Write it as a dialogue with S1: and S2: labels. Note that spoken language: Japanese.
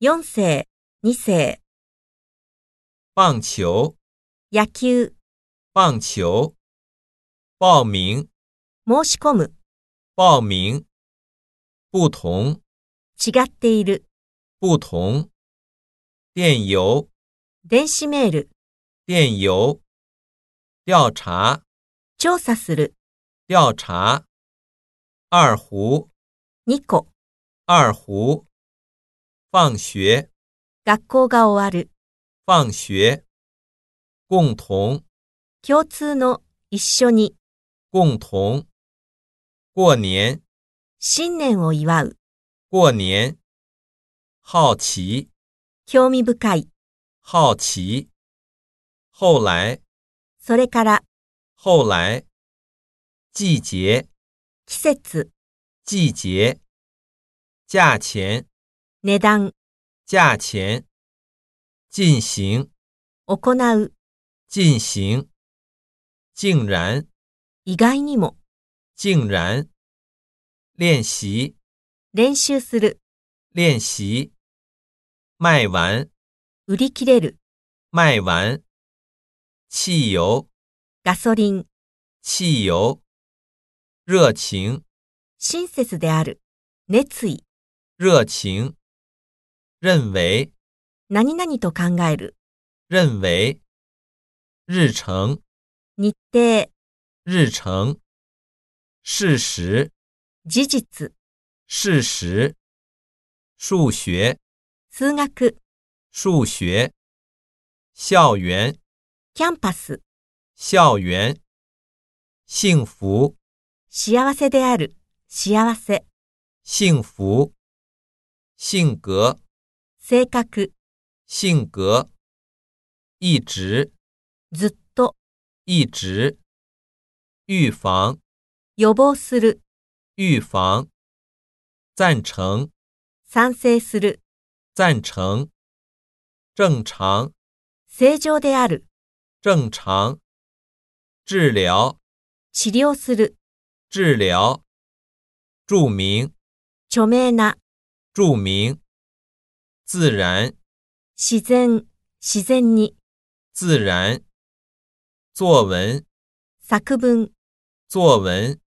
S1: 4世、2世、
S2: 棒球，
S1: 野球、
S2: 棒球。报名，
S1: 申し込む、
S2: 报名。不同，
S1: 違っている、
S2: 不同。电邮，
S1: 電子メール、
S2: 电邮。调查，
S1: 調査する、
S2: 调查。二胡，
S1: 2個、
S2: 二胡。放学，
S1: 学校が終わる、
S2: 放学。共同，
S1: 共通の、一緒に、
S2: 共同。过年，
S1: 新年を祝う、
S2: 过年。好奇，
S1: 興味深い、
S2: 好奇。后来，
S1: それから、
S2: 后来。季节，
S1: 季節、
S2: 季节。价钱，
S1: 値段、
S2: 价钱。进行，
S1: 行う、
S2: 进行。竟然，
S1: 意外にも、
S2: 竟然。练习，
S1: 練習する、
S2: 练习。卖完，
S1: 売り切れる、
S2: 卖完。汽油，
S1: ガソリン、
S2: 汽油。热情，
S1: 親切である、熱意、
S2: 热情。认为，
S1: 何々と考える、
S2: 认为。日程，
S1: 日程、
S2: 日程。事实，
S1: 事実、
S2: 事实。数学，
S1: 数学、
S2: 数学。校园，
S1: キャンパス、
S2: 校园。幸福，
S1: 幸せである、幸せ、
S2: 幸福。性格，
S1: 性格、
S2: 性格。一直，
S1: ずっと、
S2: 一直。预防，
S1: 予防する、
S2: 预防。赞成，
S1: 賛成する、
S2: 赞成。正常，
S1: 正常である、
S2: 正常。治疗，
S1: 治療する、
S2: 治疗。著名，
S1: 著名な、
S2: 著名。自然，
S1: 自然、自然に、
S2: 自然。作文，
S1: 作文、
S2: 作文。